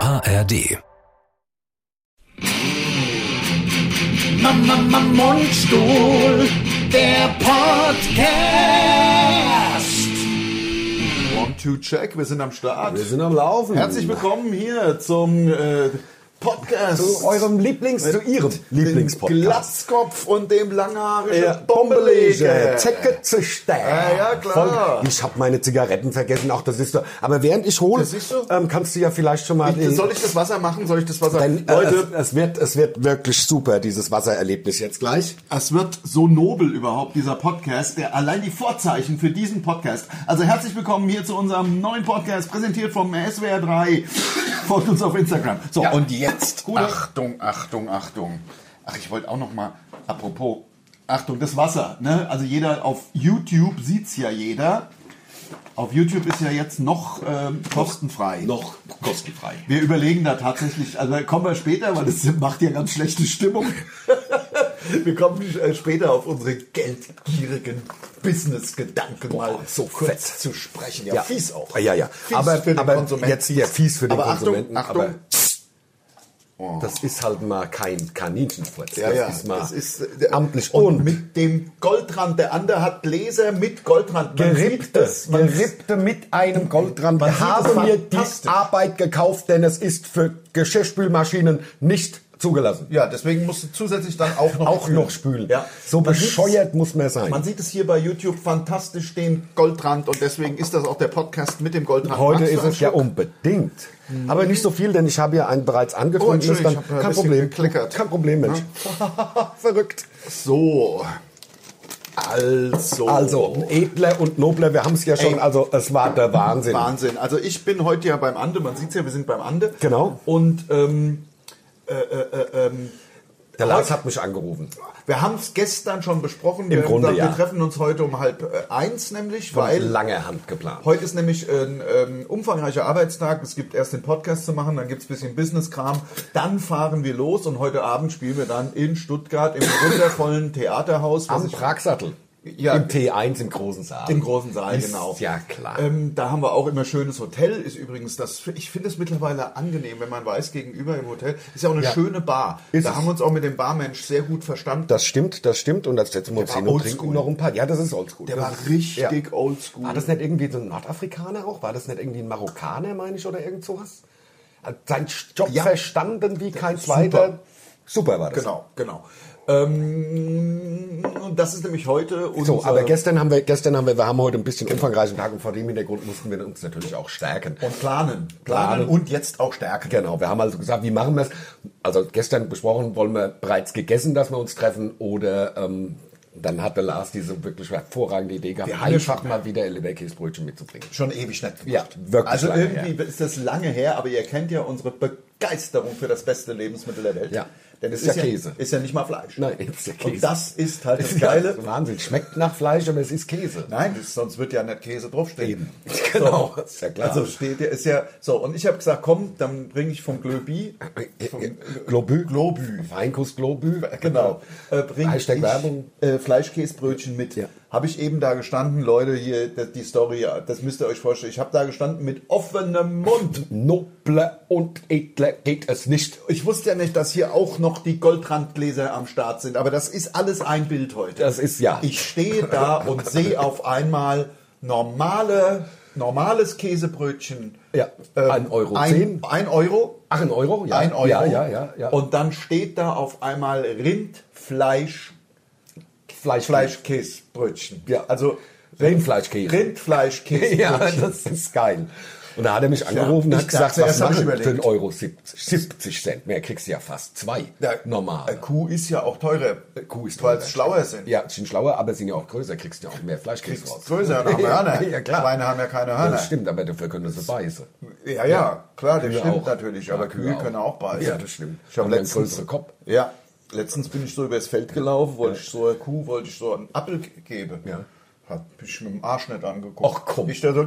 ARD. Mama, Mama, Mundstuhl, der Podcast. One, two, check. Wir sind am Start. Wir sind am Laufen. Herzlich willkommen hier zum äh, Podcast. zu eurem Lieblings, zu Ihrem Dem Lieblingspodcast. Glatzkopf und dem langhaarigen Ja, Bombelege. Bombelege, Zecke zu Ja, ja, klar. Ich habe meine Zigaretten vergessen. Ach, das ist doch. Aber während ich hole, Das siehst du? ähm, kannst du ja vielleicht schon mal. Ich, soll ich das Wasser machen? Soll ich das Wasser? Denn, äh, Leute, es, es wird, es wird wirklich super dieses Wassererlebnis jetzt gleich. es wird so nobel überhaupt, dieser Podcast. Der, allein die Vorzeichen für diesen Podcast. Also herzlich willkommen hier zu unserem neuen Podcast, präsentiert vom SWR 3. Folgt uns auf Instagram. So, Ja, und und jetzt, Achtung, Achtung, Achtung. Ach, ich wollte auch noch mal, apropos, Achtung, das Wasser, ne? Also jeder auf YouTube sieht's ja jeder. Auf YouTube ist ja jetzt noch ähm, kostenfrei. Noch kostenfrei. Wir überlegen da tatsächlich, also kommen wir später, weil das macht ja ganz schlechte Stimmung. wir kommen äh, später auf unsere geldgierigen Business-Gedanken mal so kurz zu sprechen. Ja, fies auch. Ja, ja. Fies aber für den aber Konsumenten. jetzt hier fies für den Aber Achtung, Konsumenten. Achtung. Aber das ist halt mal kein Kaninchenfurz. Oh. Ja, das ja, ist mal das ist, äh, amtlich und, und mit dem Goldrand. Der andere hat Gläser mit Goldrand. Man sieht Gerippte, das, man gerippte mit einem Goldrand. Man Ich sieht habe es mir die fantastisch. Arbeit gekauft, denn es ist für Geschirrspülmaschinen nicht zugelassen. Ja, deswegen musst du zusätzlich dann auch noch Auch spülen. noch spülen. Ja. So Man bescheuert sieht's- muss man sein. Man sieht es hier bei YouTube fantastisch den Goldrand und deswegen ist das auch der Podcast mit dem Goldrand. Heute Magst du ist einen es ja Schluck? unbedingt. Aber nicht so viel, denn ich habe ja einen bereits Mhm. Oh, angefangen. Entschuldigung, ich hab ein kein bisschen Problem. gekleckert. Kein Problem, Mensch. um. Verrückt. so. Also. Also, edler und nobler, wir haben es ja schon. Ey. Also, es war der Wahnsinn. Wahnsinn. Also ich bin heute ja beim Ande, man sieht es ja, wir sind beim Ande. Genau. Und ähm, äh, äh, äh, ähm, Der Lars hat mich angerufen. wir haben es gestern schon besprochen. wir, haben Grunde gesagt, ja. wir treffen uns heute um halb äh, eins nämlich, Von weil langer Hand geplant. Heute ist nämlich ein ähm, umfangreicher Arbeitstag. Es gibt erst den Podcast zu machen, dann gibt es ein bisschen Business-Kram. Dann fahren wir los und heute Abend spielen wir dann in Stuttgart im wundervollen Theaterhaus. was Am ich- Pragsattel. Ja. Im T1 im großen Saal. im großen Saal, Ist genau. Ja, klar. Ähm, da haben wir auch immer schönes Hotel. Ist übrigens das, ich finde es mittlerweile angenehm, wenn man weiß, gegenüber im Hotel ist ja auch eine Ja. schöne Bar. Ist da es. haben wir uns auch mit dem Barmensch sehr gut verstanden. Das stimmt, das stimmt. Und das setzen wir uns Der war hin und oldschool. trinken noch ein paar. Ja, das ist oldschool. Der Das war ist- richtig ja. oldschool. War das nicht irgendwie so ein Nordafrikaner auch? War das nicht irgendwie ein Marokkaner, meine ich, oder irgend sowas? Hat seinen Job Ja. verstanden wie kein Super. zweiter. Super war das. Genau, genau. Ähm, und das ist nämlich heute unser... So, aber gestern haben wir, gestern haben wir, wir haben heute ein bisschen umfangreichen Tag und vor dem Hintergrund mussten wir uns natürlich auch stärken. Und planen. Planen, Planen. und jetzt auch stärken. Genau, wir haben also gesagt, wie machen wir es? Also gestern besprochen, wollen wir bereits gegessen, dass wir uns treffen oder ähm, dann hatte Lars diese wirklich hervorragende Idee gehabt, Wir haben ja einfach mal wieder Leberkäsebrötchen mitzubringen. Schon ewig nicht gemacht. Ja, wirklich Also lange irgendwie ist das lange her, aber ihr kennt ja unsere Begeisterung für das beste Lebensmittel der Welt. Ja. Denn es Ist ist, ja ja Käse. Ist ja nicht mal Fleisch. Nein, ist ja Käse. Und das ist halt das Ja, Geile. Wahnsinn, schmeckt nach Fleisch, aber es ist Käse. Nein, das, sonst wird ja nicht Käse draufstehen. Eben. Genau, So. ist ja klar. Also steht ja, ist ja so. Und ich habe gesagt, komm, dann bringe ich vom Glöbi, vom Globü. Globü. Feinkost Globü. Genau. Äh, bring Hashtag ich, Werbung. Äh, Fleischkäsebrötchen mit. Ja. Habe ich eben da gestanden, Leute, hier das, die Story, das müsst ihr euch vorstellen. Ich habe da gestanden mit offenem Mund. Nobler und edler geht es nicht. Ich wusste ja nicht, dass hier auch noch die Goldrandgläser am Start sind, aber das ist alles ein Bild heute. Das ist ja. Ich stehe da und sehe auf einmal normale, normales Käsebrötchen. Ähm, Ja, ein Euro ein, zehn. Ein Euro. Ach, ein Euro? Ja. ein Euro. Ja, ja, ja. ja. Und dann steht da auf einmal Rindfleisch Fleisch. Fleischkäsebrötchen. Ja. also Rindfleischkäse. Rindfleischkäsebrötchen. Ja, das ist geil. Und da hat er mich angerufen und ich hat gesagt, dachte, was erst hab ich machen wir für überlegt. einen Euro 70, 70 Cent? Mehr kriegst du ja fast zwei. Ja, Normal. Eine Kuh ist ja auch teurer. Kuh ist Weil teurer. es schlauer sind. Ja, sind schlauer, aber sind ja auch größer, kriegst ja auch mehr Fleischkäse raus. äh, Kriegst größer und haben Hörner. ja, klar. Schweine haben ja keine Hörner. Das stimmt, aber dafür können sie beißen. Ja, ja, klar, das Kühe stimmt auch. natürlich. Ja, Aber Kühe Kühe auch. können auch beißen. Ja, das stimmt. Ich hab Haben ja einen letztens, größeren Kopf. Ja, letztens bin ich so übers Feld gelaufen, wollte ich so einer Kuh, wollte ich so einen Apfel geben. Ja. Hat mich mit dem Arsch nicht angeguckt. Ach, komm. Ich da so,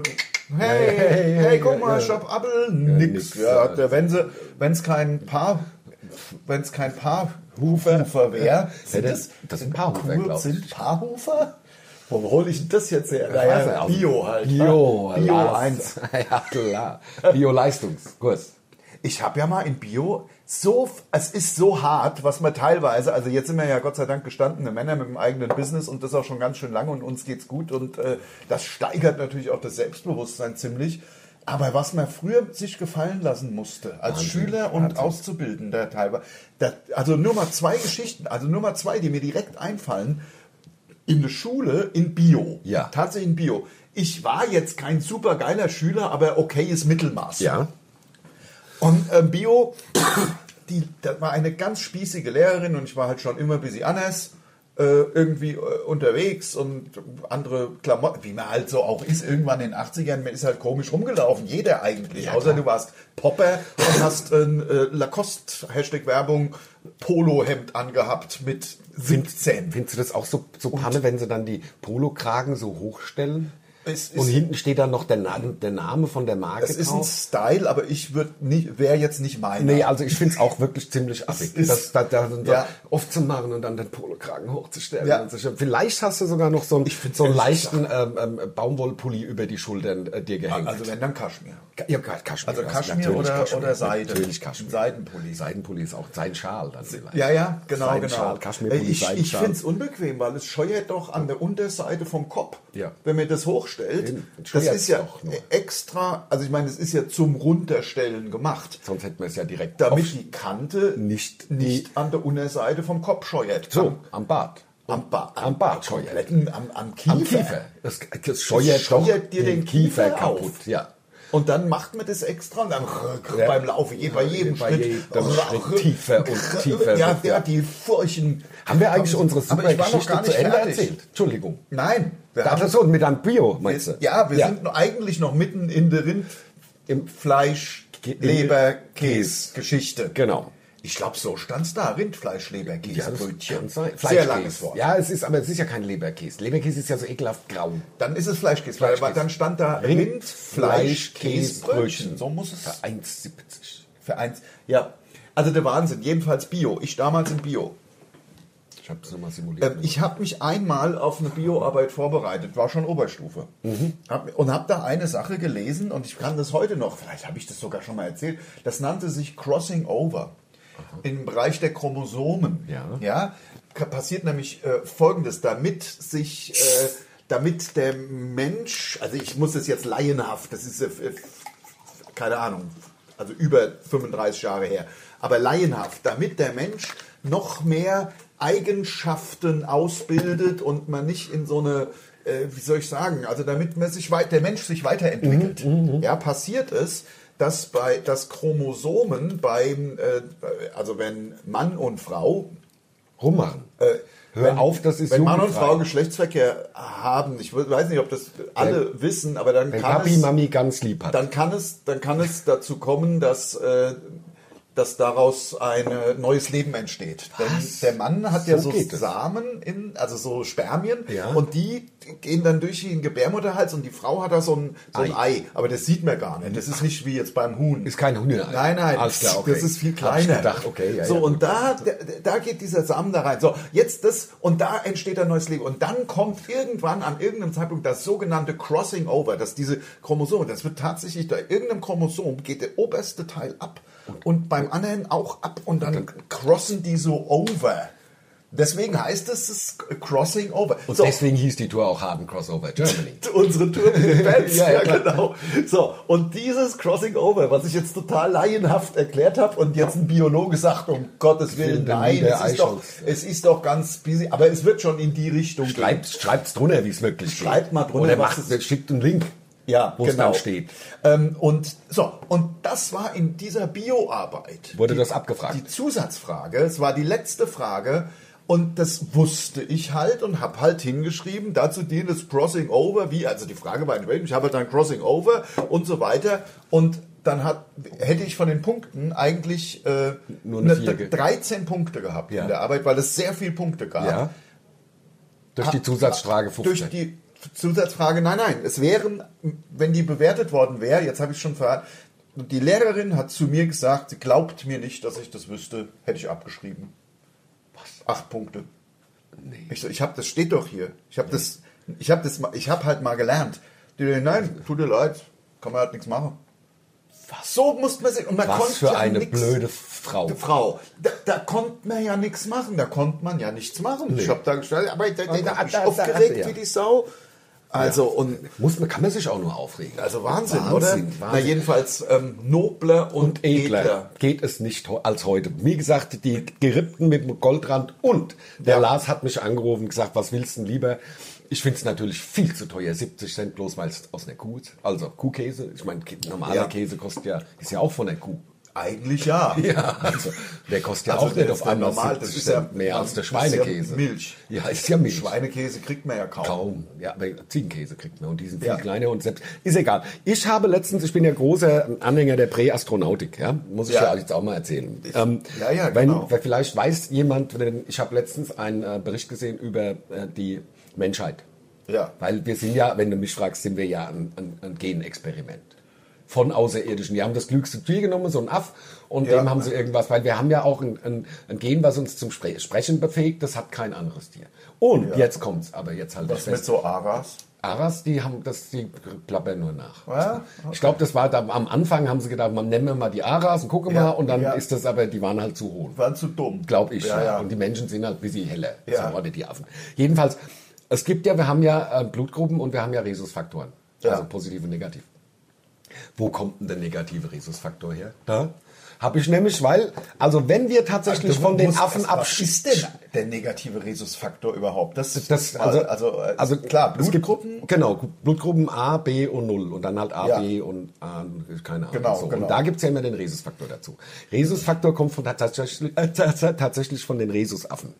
hey, hey, hey, guck ja, mal, ja. ich hab Apfel. Nix. nix, Ja, ja. der- Wenn sie, wenn's kein Paar, wenn's kein Paar Hufer wäre, sind Ja, das, das sind Paarhufer, Kühe glaub ich. Sind Paarhufer? Wo hole ich denn das jetzt her? Weiß er auch nicht. also Bio halt. Bio, Bio Lars. 1. Ja, klar. Bio-Leistungskurs. Ich habe ja mal in Bio so, es ist so hart, was man teilweise, also jetzt sind wir ja Gott sei Dank gestandene Männer mit dem eigenen Business und das auch schon ganz schön lange und uns geht's gut und äh, das steigert natürlich auch das Selbstbewusstsein ziemlich. Aber was man früher sich gefallen lassen musste, als Schüler und Auszubildender teilweise, da- also nur mal zwei Geschichten, also nur mal zwei, die mir direkt einfallen, in der Schule in Bio. Ja. Tatsächlich in Bio. Ich war jetzt kein supergeiler Schüler, aber okayes Mittelmaß. Ja. Und ähm, Bio, die, da war eine ganz spießige Lehrerin und ich war halt schon immer ein bisschen anders äh, irgendwie äh, unterwegs und andere Klamotten, wie man halt so auch ist, irgendwann in den 80ern, man ist halt komisch rumgelaufen, jeder eigentlich, außer du warst Popper und hast ein äh, Lacoste, Hashtag Werbung, Polohemd angehabt mit 17. Findest du das auch so, so panne, wenn sie dann die Polokragen so hochstellen? Es ist- und hinten steht dann noch der, Na der Name von der Marke Das ist ein drauf? Style, aber ich würde nicht, wäre jetzt nicht mein. Genau. Nee, also ich finde es auch wirklich ziemlich affig, ist- das, da, da, da Ja. oft zu machen und dann den Polokragen hochzustellen. Ja. Und so. Vielleicht hast du sogar noch so einen, find's so einen ehrlich leichten ähm, ähm, Baumwollpulli über die Schultern äh, dir gehängt. also wenn dann Kaschmir. Ka- ja, Ka- Kaschmir. Also das- Kaschmir natürlich oder, Kaschmir, oder Seide. Natürlich Kaschmir. Seidenpulli. Seidenpulli ist auch Seidenschal dann vielleicht. Ja, ja, genau, Seidenschal, genau. Äh, Kaschmirpulli, ich ich Seidenschal. finde es unbequem, weil es scheuert doch an der Unterseite vom Kopf. Ja. Wenn man das hochstellt, Eben, dann das scheuert's ist ja doch nur. extra, also ich meine, es ist ja zum Runterstellen gemacht, Sonst hätten wir es ja direkt damit die Kante Nicht- nicht an der Unterseite vom Kopf scheuert. So, am Bart. Am, ba Am Bart scheuert. kompletten, am, am Kiefer. Am Kiefer. Das, das scheuert, Das scheuert doch dir den Kiefer auf. kaputt. Ja. Und dann macht man das extra und dann Ja. beim Laufen, je, bei jedem Bei Schritt, jedem Schritt tiefer und tiefer Ja, wird, ja, ja. die Furchen. Haben wir eigentlich unsere Aber super ich war noch Geschichte gar zu nicht Ende fertig. erzählt? Entschuldigung. Nein, wir Ach haben, so, mit einem Bio, meinst du? ja, wir sind noch, eigentlich noch mitten in der Rind, Im- Fleisch, Ge- Leber, Käse, Geschichte. Genau. Ich glaube, so stand's da. Rindfleisch, Leber, Käse, Ja, das Brötchen. kann sein. Sehr langes Wort. Ja, es ist, aber es ist ja kein Leberkäse. Leberkäse ist ja so ekelhaft grau. Dann ist es Fleischkäse, weil Fleischkäse. aber dann stand da Rind, Rind, Fleisch, Käse, Brötchen. So muss es Für 1,70. Für eins. Ja. Also der Wahnsinn. Jedenfalls Bio. Ich damals in Bio. Ich habe es nochmal simuliert. Ähm, ich habe mich einmal auf eine Bioarbeit vorbereitet, war schon Oberstufe. Hab, und habe da eine Sache gelesen und ich kann das heute noch, vielleicht habe ich das sogar schon mal erzählt, das nannte sich Crossing Over. Im Bereich der Chromosomen. Ja. ja ka- passiert nämlich äh, Folgendes, damit sich, äh, damit der Mensch, also ich muss das jetzt laienhaft, das ist äh, keine Ahnung, also über 35 Jahre her, aber laienhaft, damit der Mensch noch mehr Eigenschaften ausbildet und man nicht in so eine, äh, wie soll ich sagen, also damit man sich weit, der Mensch sich weiterentwickelt, ja, passiert es, dass bei das Chromosomen beim, äh, also wenn Mann und Frau Rummachen. Hör auf, das ist äh, wenn Mann und jugendfrei. Frau Geschlechtsverkehr haben, ich weiß nicht, ob das alle wissen, aber dann Wenn kann Papi es Mami ganz lieb hat. dann kann es, dann kann es dazu kommen, dass, äh, dass daraus ein äh, neues Leben entsteht. Denn der Mann hat ja So so geht es. Samen, in, also so Spermien, Ja. und die gehen dann durch den Gebärmutterhals und die Frau hat da so ein, so ein Ei. Aber das sieht man gar nicht. Das ist nicht wie jetzt beim Huhn. Ist kein Hühnerei. Nein, nein, Alles klar, okay. das ist viel Hab ich kleiner. gedacht, okay, ja, so, ja, und da, da, da geht dieser Samen da rein. So, jetzt das, und da entsteht ein neues Leben. Und dann kommt irgendwann an irgendeinem Zeitpunkt das sogenannte Crossing Over, dass diese Chromosomen, das wird tatsächlich, bei irgendeinem Chromosom geht der oberste Teil ab und beim anderen auch ab und dann crossen die so over. Deswegen heißt es, es ist Crossing Over. Und so, deswegen hieß die Tour auch Harden Crossover Germany. unsere Tour mit den Bands. Ja, ja, ja, klar. genau. So, und dieses Crossing Over, was ich jetzt total laienhaft erklärt habe und jetzt ein Biologe sagt, um Gottes Willen, Finde nie nein, der es ist, doch, Eichholz. es ist doch ganz busy, aber es wird schon in die Richtung gehen. Schreibt's, schreibt's drunter, wie es wirklich geht. Schreibt mal drunter, Oder was macht, es- schickt einen Link, Ja, wo es genau. dann steht. Ähm, und so, und das war in dieser Bioarbeit. Wurde die, das abgefragt? Die Zusatzfrage, es war die letzte Frage und das wusste ich halt und habe halt hingeschrieben, dazu dient das Crossing Over, wie, also die Frage war in Rating, ich habe halt dann Crossing Over und so weiter und dann hat, hätte ich von den Punkten eigentlich äh, Nur eine ne- Vier ge- 13 Punkte gehabt Ja. in der Arbeit, weil es sehr viel Punkte gab. Ja. Durch die Zusatzfrage 15. Durch die Zusatzfrage, nein, nein, es wären, wenn die bewertet worden wäre, jetzt habe ich schon verraten, die Lehrerin hat zu mir gesagt, sie glaubt mir nicht, dass ich das wüsste, hätte ich abgeschrieben. Was? Acht Punkte. Ich so, ich habe das steht doch hier. Ich habe das, ich habe das, ma- ich habe halt mal gelernt. Die, nein, tut dir leid, kann man halt nichts machen. So musste man sehen. Und man konnte Was für ja eine nix- blöde Frau. Frau. Da, da konnte man ja nichts machen. Da konnte man ja nichts machen. Ich habe da gestanden, aber da, da, da hat mich Da- da- da- aufgeregt ja. wie die Sau. Also, und Muss man, kann man sich auch nur aufregen. Also Wahnsinn, Wahnsinn, oder? Wahnsinn. Na jedenfalls ähm, nobler und, und edler geht es nicht ho- als heute. Wie gesagt, die gerippten mit dem Goldrand und der Ja. Lars hat mich angerufen und gesagt, was willst du denn lieber? Ich finde es natürlich viel zu teuer, 70 Cent bloß weil es aus einer Kuh ist. Also Kuhkäse, ich meine, Ki- normaler Ja. Käse kostet ja, ist ja auch von der Kuh. Eigentlich ja. Ja, also der kostet ja Also auch der nicht ist auf ja einmal normal, 70 das ist ja- Cent mehr als der das ist ja Schweinekäse. Milch. Ja, ist ja Milch. Schweinekäse kriegt man ja kaum. Kaum. Ja, aber Ziegenkäse kriegt man und die sind viel Ja. kleiner und selbst. Ist egal. Ich habe letztens, ich bin ja großer Anhänger der Präastronautik, ja, muss ich ja, Ja. jetzt auch mal erzählen. Ähm, ja, ja, wenn, genau. weil Vielleicht weiß jemand, denn ich habe letztens einen äh, Bericht gesehen über äh, die Menschheit. Ja. Weil wir sind ja, wenn du mich fragst, sind wir ja ein, ein, ein Genexperiment. Von Außerirdischen. Die haben das klügste Tier genommen, so ein Aff, und Ja. dem haben sie irgendwas, weil wir haben ja auch ein, ein, ein Gen, was uns zum Spre Sprechen befähigt, das hat kein anderes Tier. Und jetzt kommt's, aber jetzt halt Was mit so Aras? Aras, die haben das, die plappern nur nach. Ja? Ich glaube, das war da am Anfang, haben sie gedacht, man nehmen wir mal die Aras und gucken Ja, mal, und dann ja. ist das aber, die waren halt zu hoch Waren zu dumm. glaube ich. Ja, ja. ja. Und die Menschen sind halt ein bisschen heller. Ja. So, oder die Affen. Jedenfalls, es gibt ja, wir haben ja äh, Blutgruppen und wir haben ja Rhesusfaktoren. Ja. Also positiv und negativ. Wo kommt denn der negative Rhesusfaktor her? Da habe ich nämlich, weil, also wenn wir tatsächlich Du von den musst Affen erst mal- abschießen. Was ist denn der negative Rhesusfaktor überhaupt? Das, Das, also, also, also, äh, klar, es gibt- Blutgruppen. genau, Blutgruppen A, B und 0. Und dann halt A, Ja. B und A, keine Ahnung. Genau, so. genau. Und da gibt es ja immer den Rhesusfaktor dazu. Rhesusfaktor kommt von, tatsächlich, äh, tats- tatsächlich von den Rhesusaffen.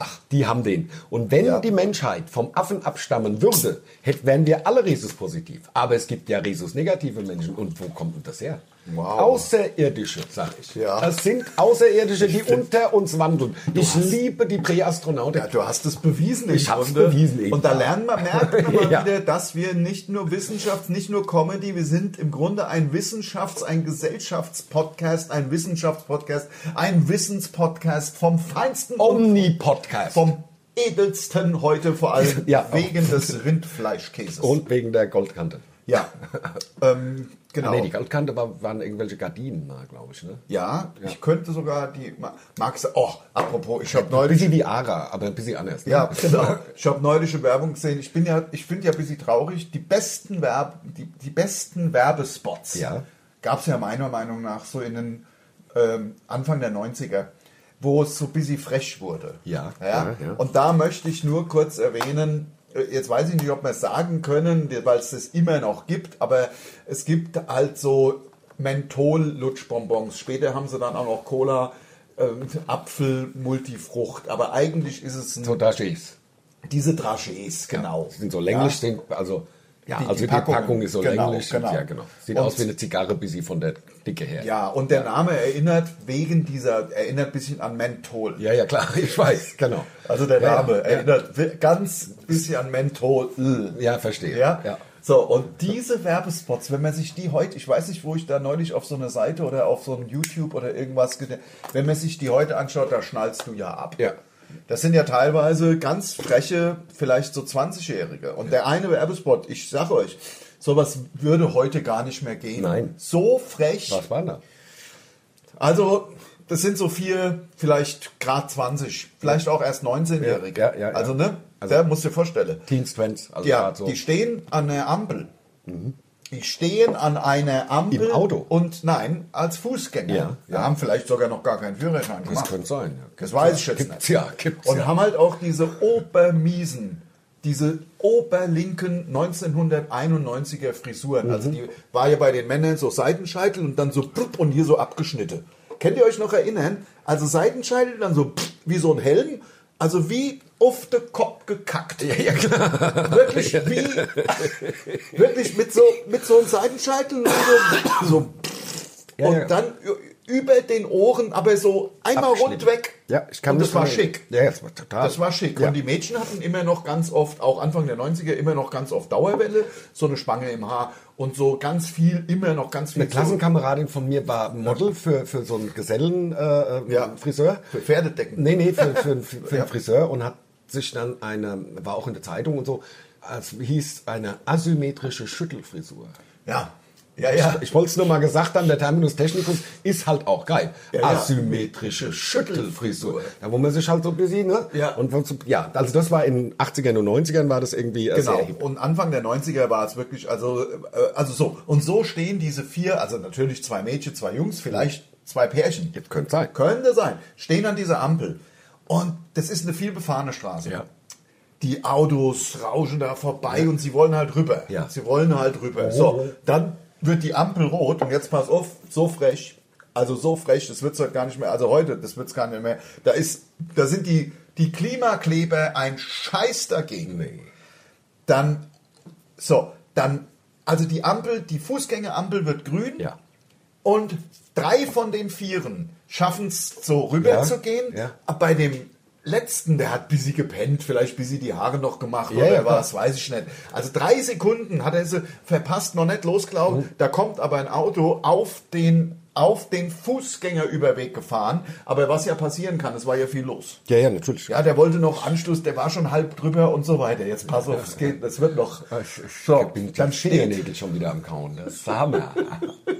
Ach, die haben den. Und wenn Ja. die Menschheit vom Affen abstammen würde, hätten, wären wir alle Rhesus-positiv. Aber es gibt ja Rhesus-negative Menschen. Und wo kommt denn das her? Wow. Außerirdische, sag ich. Ja. Das sind Außerirdische, die unter uns wandeln. Ich liebe die Präastronautik. Ja, du hast es bewiesen. im Ich hab's Grunde. bewiesen, eben. Und da lernen wir, merkt man mal Ja. wieder, dass wir nicht nur Wissenschafts-, nicht nur Comedy, wir sind im Grunde ein Wissenschafts-, ein Gesellschaftspodcast, ein Wissenschaftspodcast, ein Wissenspodcast vom feinsten Um und Omni-Podcast. vom edelsten heute vor allem Ja. wegen des Rindfleischkäses. Und wegen der Goldkante. ja, ähm, genau. Ah, nee, die Goldkante war, waren irgendwelche Gardinen mal, glaube ich. Ne? ja, ich könnte sogar die Ma- Max. Oh, apropos, ich habe Ein neulich bisschen wie Ara, aber ein bisschen anders. Ne? Ja, genau. Ich habe neuliche Werbung gesehen. Ich bin ja, ich finde ja ein bisschen traurig. Die besten Werb, die, die besten Werbespots Ja. gab es ja meiner Meinung nach so in den ähm, Anfang der 90er, wo es so ein bisschen frech wurde. Ja, Ja? ja, ja. Und da möchte ich nur kurz erwähnen, äh, jetzt weiß ich nicht, ob wir es sagen können, weil es das immer noch gibt, aber es gibt halt so Menthol-Lutschbonbons. Später haben sie dann auch noch Cola. ähm, Apfel, Multifrucht, aber eigentlich ist es ein So, da stehe ich. diese Drachees, genau. Sind so länglich, sind also. Ja, Die- die also die, Packungen. Packung ist so Genau, länglich. genau. Ja, genau. Sieht Und- aus wie eine Zigarre, bis sie von der Dicke her. Ja, und der Name erinnert wegen dieser, erinnert ein bisschen an Menthol. ja, ja, klar, ich weiß, genau. Also der Ja, Name ja. erinnert wi- ganz bisschen an Menthol. Ja, verstehe. Ja? Ja. So, und diese Werbespots, wenn man sich die heute, ich weiß nicht, wo ich da neulich auf so einer Seite oder auf so einem YouTube oder irgendwas, gede- wenn man sich die heute anschaut, da schnallst du ja ab. Ja. Das sind ja teilweise ganz freche, vielleicht so 20-Jährige. Und der eine Werbespot, ich sag euch, sowas würde heute gar nicht mehr gehen. Nein. So frech. Was war da? Also, das sind so vier, vielleicht Grad 20, vielleicht auch erst 19-Jährige. Ja, ja, ja, ja. also, ne? Also- da musst du dir vorstellen. Teens, Trends, also Ja, grad so. Mhm. die stehen an einer Ampel. Die stehen an einer Ampel. Im Auto? Und nein, als Fußgänger. Ja, Wir haben vielleicht sogar noch gar keinen Führerschein gemacht. das könnte sein. Ja. Das weiß ich jetzt Gibt's nicht. ja, gibt's Und ja. haben halt auch diese Obermiesen, diese oberlinken 1991er Frisuren. Mhm. Also die war ja bei den Männern so Seitenscheitel und dann so plupp und hier so abgeschnitten. Könnt ihr euch noch erinnern? Also Seitenscheitel, dann so plupp, wie so ein Helm. Also wie auf den Kopf gekackt. Wirklich wie, wirklich mit so, mit so einem Seitenscheitel und so, so Ja, und ja. dann ü- über den Ohren, aber so einmal rund Abgeschnitten. weg. Ja, ich kann und das mich war dran erinnern. schick. Ja, das war total. Das war schick. Ja. Und die Mädchen hatten immer noch ganz oft, auch Anfang der 90er, immer noch ganz oft Dauerwelle, so eine Spange im Haar und so ganz viel, immer noch ganz viel. Eine Klassenkameradin von mir war Model für, für so einen Gesellen-Friseur. Äh, Ja. Friseur. Für Pferdedecken. Nee, nee, für, für, für, für einen Friseur und hat sich dann eine, war auch in der Zeitung und so, es hieß eine asymmetrische Schüttelfrisur. Ja. Ja, Ah, ja. Ich, ich wollte es nur mal gesagt haben, der Terminus Technicus ist halt auch geil. Ja, ja. Asymmetrische Schüttelfrisur. Da wo man sich halt so ein bisschen, ne? Ja. Und von, so- ja, also das war in 80ern und 90ern war das irgendwie äh, Genau. sehr hip. Und Anfang der 90er war es wirklich, also, äh, also so. Und so stehen diese vier, also natürlich zwei Mädchen, zwei Jungs, vielleicht zwei Pärchen. Das könnte sein. Könnte sein. Stehen an dieser Ampel. Und das ist eine vielbefahrene Straße. Ja. Die Autos rauschen da vorbei und sie wollen halt rüber. Ja. Oh. Sie wollen halt rüber. So, dann wird die Ampel rot und jetzt pass auf, so frech. Also so frech, das wird's heute gar nicht mehr. Also heute, das wird's gar nicht mehr. Da ist, da sind die, die Klimakleber ein Scheiß dagegen. Nee. Dann, so, dann, also die Ampel, die Fußgängerampel wird grün. Ja. Und drei von den Vieren schaffen es, so rüber Ja, zu gehen. ja. Aber bei dem letzten, der hat bis sie gepennt, vielleicht bis sie die Haare noch gemacht Ja, oder ja, was, weiß ich nicht. Also drei Sekunden hat er sie verpasst, noch nicht losgelaufen. Mhm. Da kommt aber ein Auto auf den auf den Fußgängerüberweg gefahren. Aber was ja passieren kann, es war ja viel los. Ja, ja, natürlich. Ja, der wollte noch Anschluss, der war schon halb drüber und so weiter. Jetzt pass auf, es geht, es wird noch. So, ich bin dann dann steht, Fingernägel schon wieder am Kauen. ne? Das ist Hammer.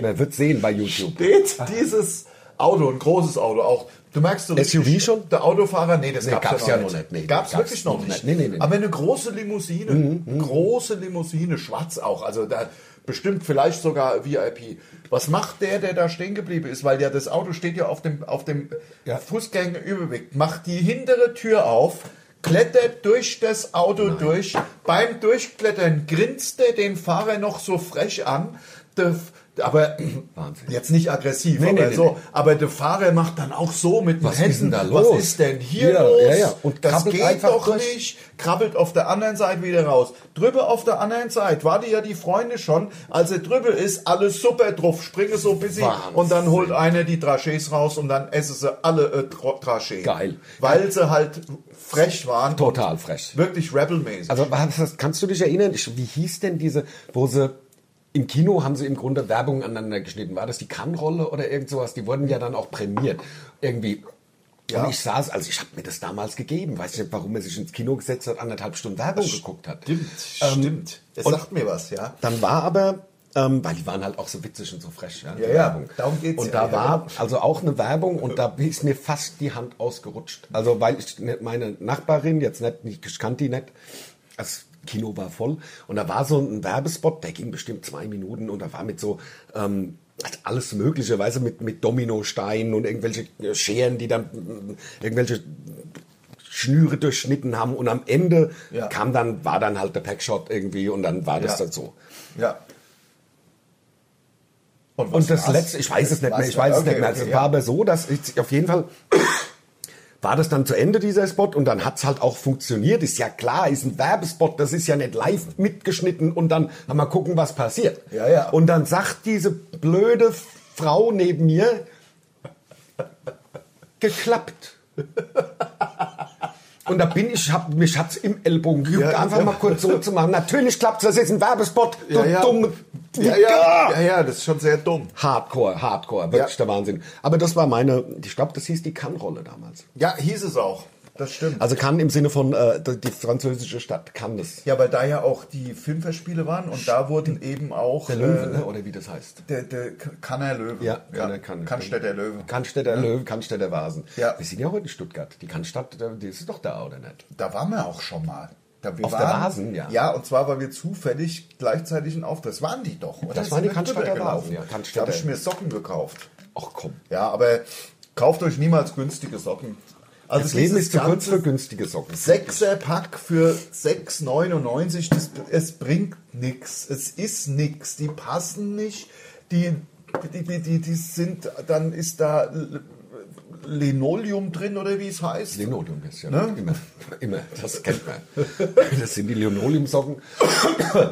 Man wird sehen bei YouTube. steht dieses Auto, ein großes Auto auch. Du merkst so SUV richtig, schon? Der Autofahrer, nee, das Nee, gab's, gab's ja ja noch noch nicht. nicht. Nee, gab's, gab's wirklich noch nicht. Nee, nee, nee. Aber eine große Limousine, Mhm, große Limousine, schwarz auch. Also da bestimmt vielleicht sogar VIP. Was macht der, der da stehen geblieben ist? Weil ja das Auto steht ja auf dem, auf dem Ja. Fußgängerüberweg. Macht die hintere Tür auf. Klettert durch das Auto durch. Beim Durchklettern grinst er den Fahrer noch so frech an. Der, aber Wahnsinn. Jetzt nicht aggressiv, Nee, aber nee, so. nee. Aber der Fahrer macht dann auch so mit den Was ist Händen. denn da los? Was ist denn hier Ja, los? ja, ja. Und das krabbelt geht einfach doch durch. nicht. Krabbelt auf der anderen Seite wieder raus. Drüber auf der anderen Seite. Warte ja die Freunde schon. Als er drüber ist, alles super drauf. Springe so ein bisschen. Wahnsinn. Und dann holt einer die Trachees raus und dann essen sie alle äh, Tra- Trachee. Geil. Weil sie halt frech waren. Total frech. Wirklich Rebel-mäßig. Also was, das- kannst du dich erinnern, ich, wie hieß denn diese, wo sie im Kino haben sie im Grunde Werbung aneinander geschnitten. War das die Kann-Rolle oder irgend sowas? Die wurden ja dann auch prämiert. Irgendwie. Ja. Und ich saß, also ich habe mir das damals gegeben. Weiß nicht, warum er sich ins Kino gesetzt hat, anderthalb Stunden Werbung geguckt hat. stimmt, stimmt. Es ähm, und- sagt mir was, ja. Dann war aber, ähm, weil die waren halt auch so witzig und so frech, ja, die Ja, ja, darum geht's Und ja, genau. da ja, war also auch eine Werbung und da ist mir fast die Hand ausgerutscht. Also weil ich nicht- meine Nachbarin jetzt nicht, nicht ich kannte die nicht, das Kino war voll und da war so ein Werbespot, der ging bestimmt zwei Minuten und da war mit so ähm, alles mögliche, weißt du, mit, mit Dominosteinen und irgendwelche äh, Scheren, die dann äh, irgendwelche Schnüre durchschnitten haben und am Ende Ja. kam dann, war dann halt der Packshot irgendwie und dann war das Ja. dann so. Ja. was Und das war's? letzte, ich weiß es nicht mehr, ich weiß es Okay, nicht mehr. okay, Also es ja. war aber so, dass ich auf jeden Fall war das dann zu Ende dieser Spot und dann hat's halt auch funktioniert. Ist ja klar, ist ein Werbespot, das ist ja nicht live mitgeschnitten und dann mal gucken, was passiert. Ja, ja. Und dann sagt diese blöde Frau neben mir, geklappt. Und da bin ich, hab, mich hat's im Ellbogen gejuckt, Ja, einfach ja. mal kurz so zu machen. Natürlich klappt's, das ist ein Werbespot, du Ja, ja. dumme Ja, ja, ja, ja, das ist schon sehr dumm. Hardcore, Hardcore, wirklich Ja. der Wahnsinn. Aber das war meine, ich glaube, das hieß die Cannes-Rolle damals. Ja, hieß es auch. Das stimmt. Also Cannes im Sinne von äh, die die französische Stadt Cannes. ja, weil da ja auch die Filmfestspiele waren und da wurden eben auch äh, Der Löwe, ne? oder wie das heißt. der, der K- Kanner Löwe. Ja, Cannes, Cannes. Kannstädter Löwe. Cannstädter Löwe, Cannstädter Vasen. Ja. Wir sind ja heute in Stuttgart. Die Cannstatt, die ist doch da, oder nicht? Da waren wir auch schon mal. Da, wir Auf der Vasen, ja. Ja, und zwar, weil wir zufällig gleichzeitig einen Auftritt. Das waren die doch. Oder? Das Sind waren die wir Cannstatter drüber gelaufen? Vasen, ja, Da Cannstatter. habe ich mir Socken gekauft. Ach komm. Ja, aber kauft euch niemals günstige Socken. Also Das Leben dieses ist zu kurz ganze für günstige Socken. Sechserpack für 6,99, das, es bringt nichts. Es ist nichts. Die passen nicht. Die, die, die, die, die sind, dann ist da L- Linoleum drin oder wie es heißt. Linoleum ist ja Ne? immer, immer, das kennt man. Das sind die Linoleumsocken.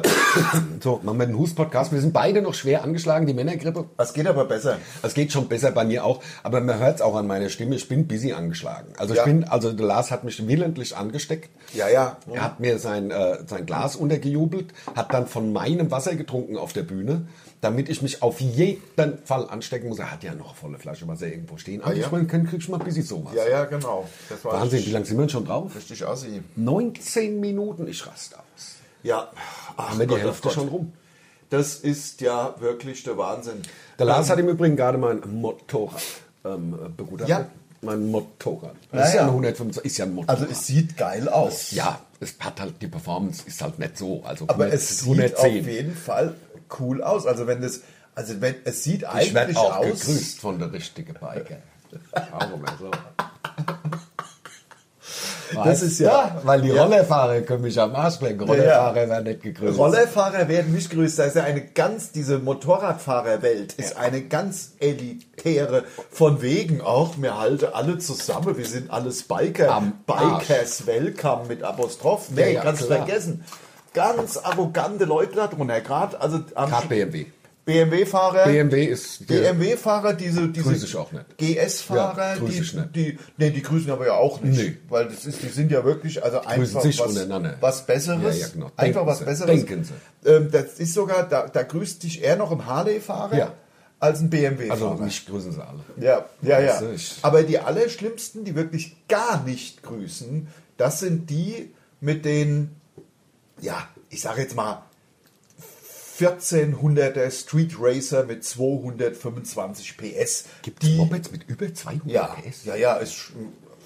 So, machen wir den Hus-Podcast. Wir sind beide noch schwer angeschlagen, die Männergrippe. Das geht aber besser. Es geht schon besser bei mir auch, aber man hört es auch an meiner Stimme. Ich bin busy angeschlagen. Also Ja. ich bin, also der Lars hat mich willentlich angesteckt. Ja, ja. Er hat mir sein, äh, sein Glas untergejubelt, hat dann von meinem Wasser getrunken auf der Bühne, damit ich mich auf jeden Fall anstecken muss. Er hat ja noch volle Flasche Wasser irgendwo stehen. Aber ja. ich meine, kann- kriegst du mal busy sowas. Ja, ja, genau. Das war Wahnsinn, wie lange sind wir denn schon drauf? richtig assi. 19 Minuten, ich raste aus. Ja, Ach, Haben wir die Gott, oh Hälfte Gott. schon rum. Das ist ja wirklich der Wahnsinn. Der Lars hat im Übrigen gerade mein Motorrad ähm, begutachtet. Ja. Mein Motorrad. Ja, Das ist ja ja. ein 125, ist ja ein Motorrad. Also es sieht geil aus. ja, es hat halt die Performance ist halt nicht so. Also Aber 100 es sieht auf jeden Fall cool aus. Also wenn das, also wenn es sieht Ich eigentlich werde auch aus. gegrüßt von der richtigen Biker. auch immer so. Das ist ja- weil die ja. Rollerfahrer können mich am Arsch lecken. Rollerfahrer werden nicht gegrüßt. Rollerfahrer werden nicht gegrüßt. Das ist ja eine ganz, diese Motorradfahrerwelt ist eine ganz elitäre, von wegen auch, wir halten alle zusammen, wir sind alles Biker. Am Bikers Welcome mit Apostroph. Nee, Ja, ja, kannst du klar. vergessen. Ganz arrogante Leute da drunter, gerade also am Grad BMW. BMW-Fahrer. BMW ist der- BMW-Fahrer, diese, diese Grüß ich auch nicht. GS-Fahrer, Ja, grüß ich die, nicht. die, nee, die grüßen aber ja auch nicht, Nee. weil das ist, die sind ja wirklich, also einfach sich was, untereinander. was Besseres, Ja, ja, genau. einfach Denken was Sie. Besseres. Denken Sie. Ähm, das ist sogar, da, da grüßt dich eher noch ein Harley-Fahrer Ja. als ein BMW-Fahrer. Also mich grüßen sie alle. Ja, ja, ja. Weiß ich. Aber die allerschlimmsten, die wirklich gar nicht grüßen, das sind die mit den, ja, ich sage jetzt mal, 1400er Street Racer mit 225 PS. Gibt die, es Mopeds mit über 200 ja, PS? ja, ja, ist sch-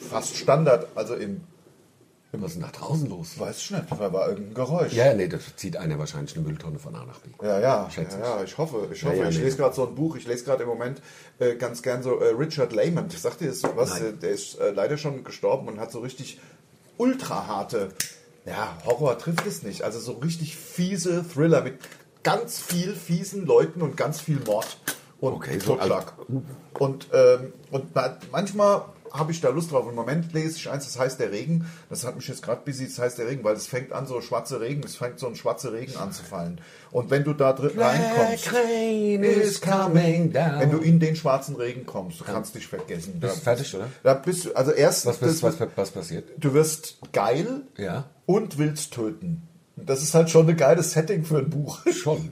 fast Standard. Also im, Was ist denn da draußen los? weiß ich nicht, da war irgendein Geräusch. Ja, nee, das zieht einer wahrscheinlich eine Mülltonne von A nach B. Ja, ja, ja, Schätze ja, ich hoffe, ich hoffe. ja, ich nee. lese gerade so ein Buch, ich lese gerade im Moment äh, ganz gern so äh, Richard Lehman. Sagt ihr das so was? Nein. Der ist äh, leider schon gestorben und hat so richtig ultra harte, ja, Horror trifft es nicht. Also so richtig fiese Thriller mit ganz viel fiesen Leuten und ganz viel Mord und Okay, so Uh. Totschlag. und ähm, und ma- manchmal habe ich da Lust drauf. Im Moment lese ich eins, das heißt der Regen. Das hat mich jetzt gerade busy, das heißt der Regen, weil es fängt an, so schwarze Regen, es fängt so ein schwarzer Regen anzufallen. Und wenn du da drin reinkommst, train is coming down. wenn du in den schwarzen Regen kommst, du kannst dich vergessen. Bist du Da- fertig, oder? Da bist du, also erstens, was, was, das- was, was passiert? du wirst geil Ja. und willst töten. Das ist halt schon ein geiles Setting für ein Buch. Schon.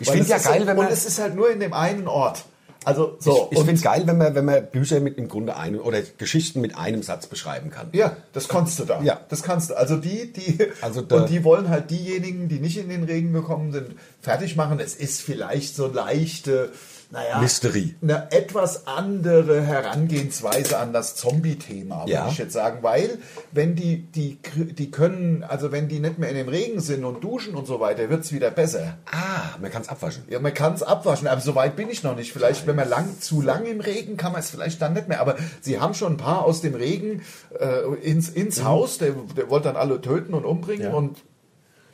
Ich Weil finde es ja ist geil, halt, wenn Und man- es ist halt nur in dem einen Ort. Also so. ich und- finde es geil, wenn man, wenn man Bücher mit im Grunde einem oder Geschichten mit einem Satz beschreiben kann. Ja, das kannst du da. Ja. Das kannst du. Also die, die Also da- und die wollen halt diejenigen, die nicht in den Regen gekommen sind, fertig machen. Es ist vielleicht so leichte, naja, Mystery. eine etwas andere Herangehensweise an das Zombie-Thema, würde Ja. ich jetzt sagen, weil wenn die, die, die können, also wenn die nicht mehr in dem Regen sind und duschen und so weiter, wird es wieder besser. Ah, man kann es abwaschen. Ja, man kann es abwaschen, aber so weit bin ich noch nicht. Vielleicht, wenn man lang, zu lang im Regen, kann man es vielleicht dann nicht mehr. Aber sie haben schon ein paar aus dem Regen äh, ins, ins Haus, der, der wollte dann alle töten und umbringen Mhm. Ja. und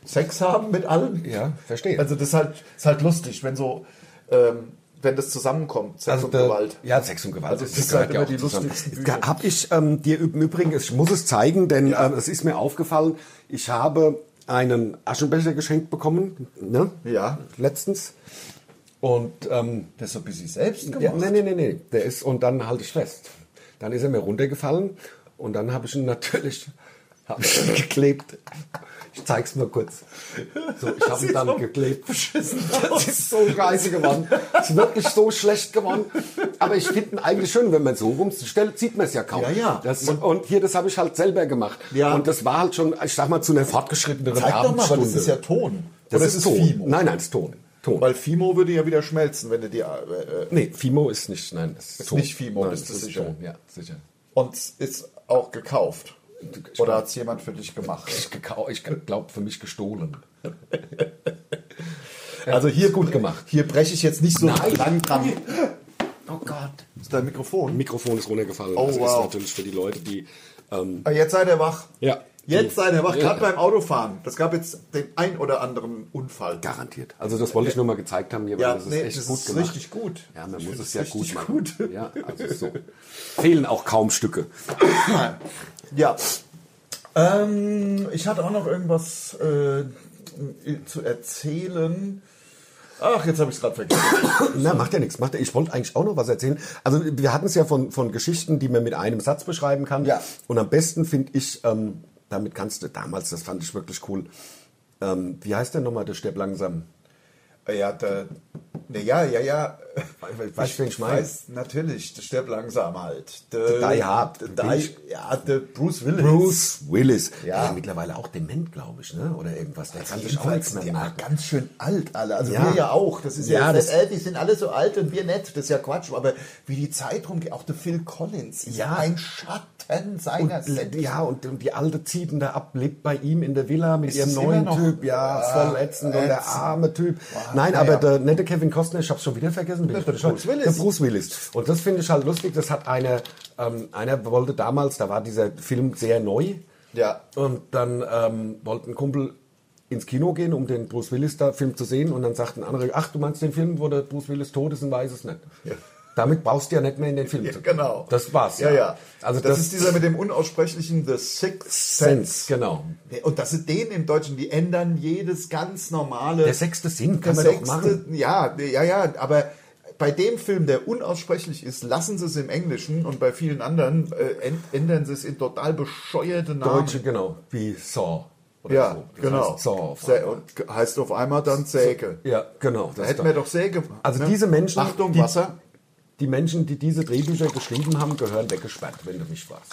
Sex haben mit allen. Ja, verstehe. Also das ist halt, ist halt lustig, wenn so, ähm, wenn das zusammenkommt, Sex und Also der- Gewalt. Ja, Sex und Gewalt. Also das ist gehört halt immer die auch zusammen. lustigsten Jetzt Bücher. Hab ich ähm, dir im Übrigen, ich muss es zeigen, denn Ja. ähm, es ist mir aufgefallen, ich habe einen Aschenbecher geschenkt bekommen, ne? Ja. Letztens. Und ähm, Das ist so ein bisschen selbst gemacht. Ja, nee, nee, nee, nee. Der ist, und dann halte ich fest. Dann ist er mir runtergefallen und dann habe ich ihn natürlich hab ich ihn geklebt. Ich zeig's nur kurz. So, ich habe ihn dann geklebt. Das ist so scheiße geworden. Das ist wirklich so schlecht geworden. Aber ich finde ihn eigentlich schön, wenn man so rumstellt, sieht man es ja kaum. Ja, ja. Das, und, hier, das habe ich halt selber gemacht. Ja. Und das war halt schon, ich sag mal, zu einer fortgeschritteneren Zeig doch mal, aber Abendstunde. das ist ja Ton. Das Oder ist, es Ton. Fimo. Nein, nein, es ist Ton. Ton. Weil Fimo würde ja wieder schmelzen, wenn du die... Äh, äh, Nee, Fimo ist nicht, nein, das ist, Ist nicht Fimo, bist du sicher? ja, sicher. und es ist auch gekauft. Ich- Oder hat es jemand für dich gemacht? Ich, gekau- ich glaube, für mich gestohlen. Also hier gut gemacht. Hier breche ich jetzt nicht so Nein. lang dran. Oh Gott. Ist dein Mikrofon? Mikrofon ist runtergefallen. Oh, das wow. ist natürlich für die Leute, die. Ähm, Ah, Jetzt seid ihr wach. Ja. Jetzt seid ihr wach, Ja. gerade beim Autofahren. Das gab jetzt den ein oder anderen Unfall. garantiert. Also, das wollte ich nur mal gezeigt haben hier, weil Ja, das ist nee, echt das gut ist gemacht. richtig gut. Ja, man Ich muss find es das ja gut richtig machen. gut. Ja, also so. Fehlen auch kaum Stücke. Ja. Ähm, ich hatte auch noch irgendwas äh, zu erzählen. Ach, jetzt habe ich es gerade vergessen. Na, macht ja nichts. Macht ja, ich wollte eigentlich auch noch was erzählen. Also wir hatten es ja von, von Geschichten, die man mit einem Satz beschreiben kann. Ja. Und am besten finde ich, ähm, damit kannst du damals, das fand ich wirklich cool. Ähm, wie heißt der nochmal, der stirbt langsam? ja, der, ne, ja, ja, ja. Weißt du, wen ich meine? Weiß, natürlich, der stirb langsam halt. Der Die Hard. Der die, ja, der Bruce Willis. Bruce Willis. Ja. Der ist mittlerweile auch dement, glaube ich, ne? oder irgendwas. Der kann sich auch nichts Jedenfalls, mehr die merken. auch ganz schön alt alle. Also Ja. wir ja auch. Das ist ja, Ja, das, das- äh, die sind alle so alt und wir nicht. Das ist ja Quatsch. Aber wie die Zeit rumgeht, auch der Phil Collins ist Ja. ein Schatten seiner Und, selbst. ja, und, und die alte zieht ihn da ab, lebt bei ihm in der Villa mit Ist ihrem es immer neuen noch? Typ. Ja, Ah, voll ätzend. Und der ätzend. arme Typ. Nein, na aber ja. der nette Kevin Costner, ich hab's schon wieder vergessen. bin Ja, ich der bescheuert. Bruce Willis. Der Bruce Willis. Und das finde ich halt lustig. Das hat einer, ähm, einer wollte damals, da war dieser Film sehr neu. Ja. Und dann ähm, wollte ein Kumpel ins Kino gehen, um den Bruce Willis da Film zu sehen. Und dann sagt ein anderer, ach, du meinst den Film, wo der Bruce Willis tot ist und weiß es nicht. Damit brauchst du ja nicht mehr in den Film Ja, zu gehen. genau. Das war's. Ja, ja. Also das, ist dieser mit dem unaussprechlichen The Sixth Sense, Sense. genau. Und das sind den im Deutschen, die ändern jedes ganz normale. Der sechste Sinn Der kann man doch sechste- machen. Ja, ja, ja, aber bei dem Film, der unaussprechlich ist, lassen sie es im Englischen und bei vielen anderen äh, än- ändern sie es in total bescheuerte Namen. Deutsche, genau, wie Saw. Oder ja, so. Das genau. heißt Saw. auf Sä- und ge- heißt auf einmal dann Säge. einmal. Ja, genau. Da Das hätten ist wir doch- doch Säge. Also ne? diese Menschen, Achtung, die- Wasser. die Menschen, die diese Drehbücher geschrieben haben, gehören weggesperrt, wenn du mich fragst.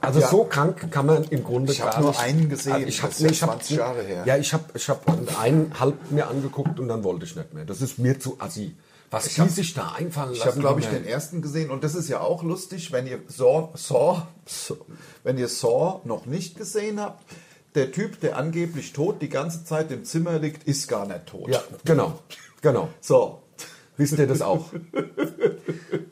Also Ja. so krank kann man im Grunde Ich hab gar nur nicht- einen gesehen, Also ich hab, das ist nee, ja ich hab, 20 Jahre her. Ja, ich habe ich hab einen halb mir angeguckt und dann wollte ich nicht mehr. Das ist mir zu assi. Was die sich da einfallen lassen. Ich habe, glaube ich, Junge. den ersten gesehen und das ist ja auch lustig, wenn ihr Saw, Saw, Saw, wenn ihr Saw noch nicht gesehen habt. Der Typ, der angeblich tot die ganze Zeit im Zimmer liegt, ist gar nicht tot. Ja, genau. Genau. So. Wisst ihr das auch?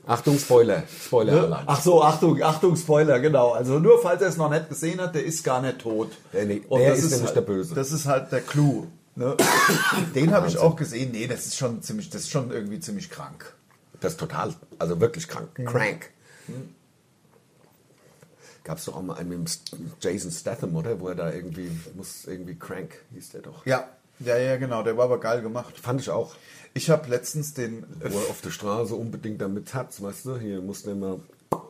Achtung, Spoiler. Spoiler-Alarm. Äh, Ach so, Achtung, Achtung, Spoiler, genau. Also nur falls er es noch nicht gesehen hat, der ist gar nicht tot. Der- nee, Und der das ist nämlich halt, der Böse. Das ist halt der Clou. Ne? Den habe ich auch gesehen. Nee, das ist schon ziemlich, das ist schon irgendwie ziemlich krank. Das ist total, also wirklich krank. Crank. Gab es doch auch mal einen mit dem St- Jason Statham, oder? Wo er da irgendwie, muss irgendwie Crank, hieß der doch. Ja, ja, ja, genau. Der war aber geil gemacht. Fand ich auch. Ich habe letztens den Wo er auf der Straße unbedingt damit hat's, weißt du? Hier musste immer.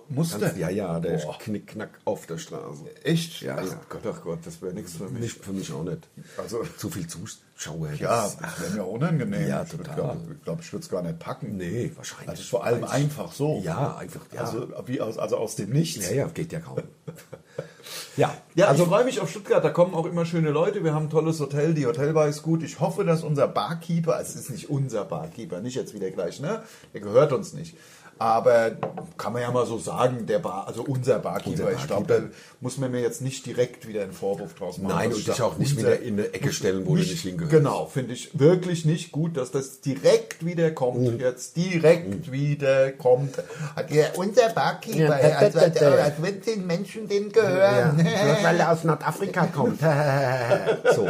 Musste? Ganz, ja, ja, der Boah. Knickknack auf der Straße. Echt? Also, Ja, ach ja. Gott, ach Gott, das wäre nichts für mich. Nicht, für mich auch nicht. Also- Zu viel Zuschauer. Ja, das- das wäre mir unangenehm. Ja, ich würde total. glaube, ich, glaub, ich würde es gar nicht packen. Nee, wahrscheinlich. Also vor allem einfach so. Ja, einfach, ja. Also, wie aus, also aus dem Nichts. ja, ja, geht ja kaum. ja, Ja, also, ich freue mich auf Stuttgart, da kommen auch immer schöne Leute, wir haben ein tolles Hotel, die Hotelbar ist gut. Ich hoffe, dass unser Barkeeper, also es ist nicht unser Barkeeper, nicht jetzt wieder gleich, ne? Der gehört uns nicht. Aber kann man ja mal so sagen, der Bar, also unser Barkeeper, Unser ich glaube, da muss man mir jetzt nicht direkt wieder einen Vorwurf draus machen. Nein, dass und ich dich sag, auch nicht unser- wieder in eine Ecke stellen, wo du nicht hingehörst. Genau, finde ich wirklich nicht gut, dass das direkt wieder kommt. Mhm. Jetzt direkt wieder kommt. Hat ja unser Barkeeper, als, als, als wenn den Menschen den gehören. weil er aus Nordafrika kommt. so,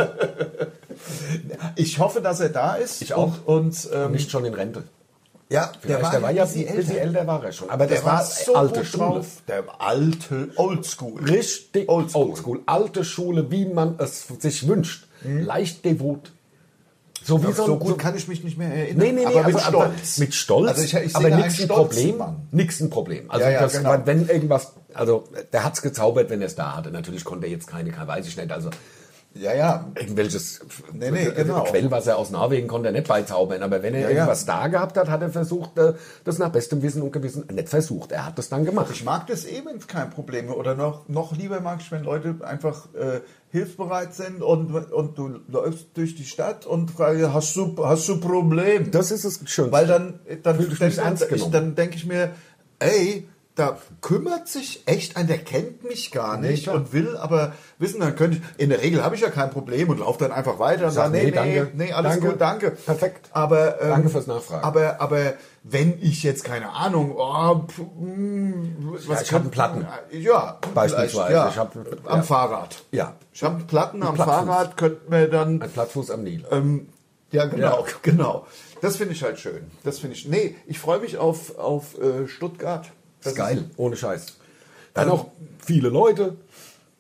Ich hoffe, dass er da ist. Ich auch. Und, und ähm, nicht schon in Rente. ja, Vielleicht, der war ja ein bisschen älter. war er schon. Aber Der, das war war so alte gut Schule. drauf. Der alte Oldschool. Richtig oldschool. Oldschool. Alte Schule, wie man es sich wünscht. Mhm. Leicht devot. So wie So so ein gut so, kann ich mich nicht mehr erinnern. Nee, nee, nee, aber mit also, Stolz. mit Stolz, Also ich, ich aber sehe da nix einen ein stolzen Problem, Mann. nix ein Problem. Also Ja, ja, das genau. war, wenn irgendwas, also der hat's gezaubert, wenn er es da hatte. Natürlich konnte er jetzt keine, keine- weiß ich nicht, also Ja, ja. irgendwelches Nee, nee, äh, genau. Quellwasser aus Norwegen konnte er nicht beizaubern, aber wenn er Ja, ja. irgendwas da gehabt hat, hat er versucht, äh, das nach bestem Wissen und Gewissen, äh, nicht versucht, er hat das dann Ich gemacht. mag das eh, eben kein Problem. Oder noch, noch lieber mag ich, wenn Leute einfach äh, hilfsbereit sind und, und du läufst durch die Stadt und fragst, hast du, hast du Problem? Das ist es schön. Weil dann, äh, dann, Fühl dich dann, nicht ernst ich, genommen. dann denke ich mir, ey, da kümmert sich echt ein, der kennt mich gar nicht klar. und will aber wissen, dann könnte ich, in der Regel habe ich ja kein Problem und laufe dann einfach weiter und sage, sag, nee, nee, nee, danke. nee, alles Danke. gut, danke. Perfekt. Aber, ähm, Danke fürs Nachfragen. Aber, aber wenn ich jetzt, keine Ahnung, oh, pf, mm, was ich hab einen Platten. Ja, Beispielsweise, vielleicht, Ja, ich hab- am ja. Fahrrad. Ja. Ich habe einen Platten am Plattfuß. Fahrrad, könnten wir dann Ein Plattfuß am Nil. ähm, ja, genau, Ja. genau. Das finde ich halt schön. Das finde ich. Nee, ich freue mich auf, auf äh, Stuttgart. Das Das ist geil, ohne Scheiß. Dann auch viele Leute.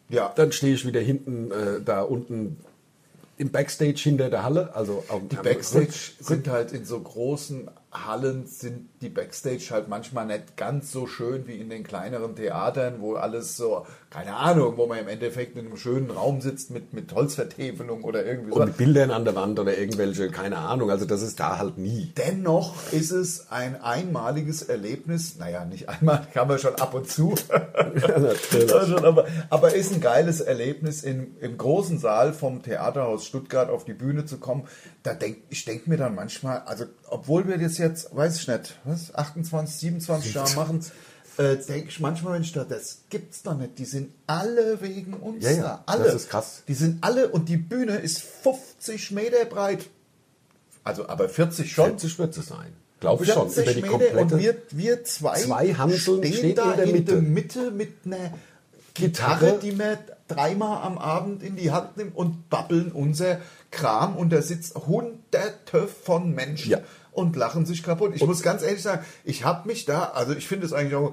ja. Dann stehe ich wieder hinten, äh, da unten im Backstage hinter der Halle. Also am, die Backstage sind halt in so großen Hallen sind die Backstage halt manchmal nicht ganz so schön wie in den kleineren Theatern, wo alles so, keine Ahnung, wo man im Endeffekt in einem schönen Raum sitzt mit, mit Holzvertäfelung oder irgendwie so. Und mit Bildern an der Wand oder irgendwelche, keine Ahnung. Also das ist da halt nie. Dennoch ist es ein einmaliges Erlebnis. Naja, nicht einmal, kann man schon ab und zu. Äh, schon, Also, aber, aber ist ein geiles Erlebnis, in, im großen Saal vom Theaterhaus Stuttgart auf die Bühne zu kommen. Da denk, ich denke mir dann manchmal, also obwohl wir das jetzt, weiß ich nicht, was, 28, 27 Jahre machen, äh, denke ich manchmal, Mensch, da- das gibt's doch nicht. Die sind alle wegen uns Ja, ja, da. Alle. das ist krass. Die sind alle und die Bühne ist 50 Meter breit. Also aber 40 schon. 40 wird es sein. Glaube ich schon. 40 Über die Meter und wir, komplette wir zwei, Zwei Hanteln stehen steht da in der Mitte. Mitte mit einer Gitarre, Gitarre. die man dreimal am Abend in die Hand nimmt und babbeln unser Kram und da sitzt hunderte von Menschen Ja. und lachen sich kaputt. Ich muss ganz ehrlich sagen, ich habe mich da, also ich finde es eigentlich auch,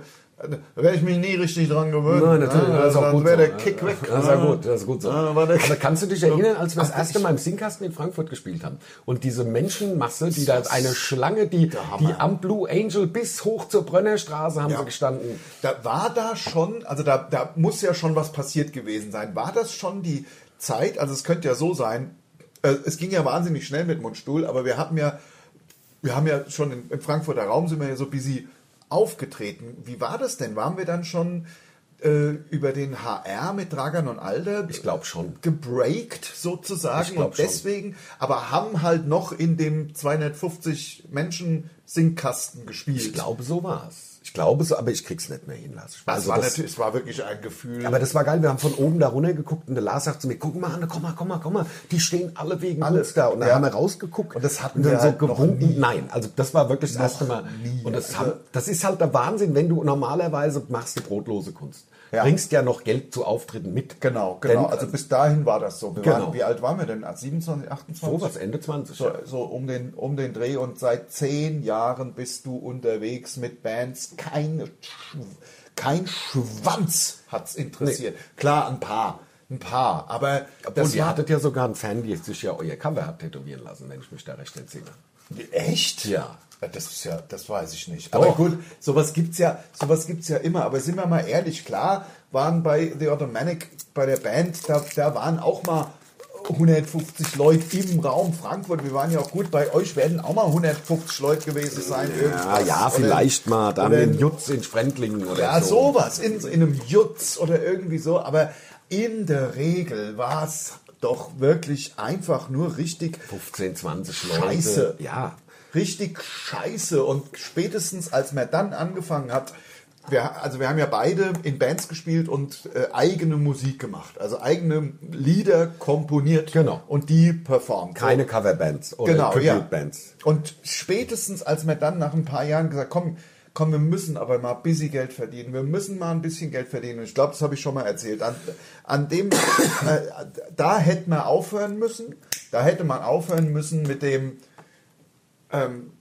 werde ich mich nie richtig dran gewöhnt. Nein, natürlich. Ah, das ist auch dann gut wäre so. der Kick weg. Das ist auch gut, das ist gut so. Ah, war der Aber kannst du dich erinnern, als wir das Ach, erste Mal im Singkasten in Frankfurt gespielt haben und diese Menschenmasse, die da eine Schlange, die, die Hammer. am Blue Angel bis hoch zur Brönnerstraße haben Ja. sie gestanden. Da war da schon, also da, da muss ja schon was passiert gewesen sein. War das schon die Zeit? Also es könnte ja so sein, äh, es ging ja wahnsinnig schnell mit Mundstuhl, aber wir haben ja, wir haben ja schon im, im Frankfurter Raum sind wir ja so busy aufgetreten. Wie war das denn? Waren wir dann schon äh, über den HR mit Dragan und Alder? Ich glaube schon. gebreakt sozusagen Ich glaub und schon. deswegen, aber haben halt noch in dem 250 Menschen Singkasten gespielt. Ich glaube, so war's. Ich glaube so, aber ich krieg's nicht mehr hin, Lars. Das Also war das- natürlich, es war wirklich ein Gefühl. Aber das war geil, wir haben von oben da runter geguckt und der Lars sagt zu mir, guck mal an, komm mal, komm mal, komm mal, die stehen alle wegen uns da. Und dann Ja. haben wir rausgeguckt Und das hatten dann wir so halt noch nie. gewunken. Nein, also das war wirklich das Noch erste Mal. nie. Und das, Also- haben, das ist halt der Wahnsinn, wenn du normalerweise machst du brotlose Kunst. Ja. Bringst ja noch Geld zu Auftritten mit. genau, genau. Denn, also bis dahin war das so. Wir Genau. waren, wie alt waren wir denn? 27, 28? so was, Ende 20. so, so um, den, um den Dreh und seit zehn Jahren bist du unterwegs mit Bands. Kein, Schw- kein Schwanz hat's interessiert. Klar, ein paar, ein paar, aber und das ihr war hattet ja sogar einen Fan, der sich ja euer Cover hat tätowieren lassen, wenn ich mich da recht entsinne. echt. Ja. Ja, Das ist ja, das weiß ich nicht. Doch. Aber gut, sowas gibt's ja, sowas gibt's ja immer. Aber sind wir mal ehrlich, klar waren bei The Automatic, bei der Band, da, da waren auch mal 150 Leute im Raum Frankfurt. Wir waren ja auch gut. Bei euch werden auch mal 150 Leute gewesen sein. Ja, irgendwas. ja, Oder- vielleicht mal. Da haben wir oder- einen Jutz in Sprendlingen oder ja, so. sowas, in, in einem Jutz oder irgendwie so, aber in der Regel war es doch wirklich einfach nur richtig 15, 20 Leute. Scheiße. Ja. richtig scheiße. Und spätestens als man dann angefangen hat, wir, also wir haben ja beide in Bands gespielt und äh, eigene Musik gemacht. Also eigene Lieder komponiert Genau. und die performt. Keine Coverbands oder Genau, ja. Tribute-Bands. Und spätestens, als wir dann nach ein paar Jahren gesagt komm, komm, wir müssen aber mal ein bisschen Geld verdienen, wir müssen mal ein bisschen Geld verdienen. Und ich glaube, das habe ich schon mal erzählt. An, an dem, äh, da hätte man aufhören müssen, da hätte man aufhören müssen mit dem, ähm,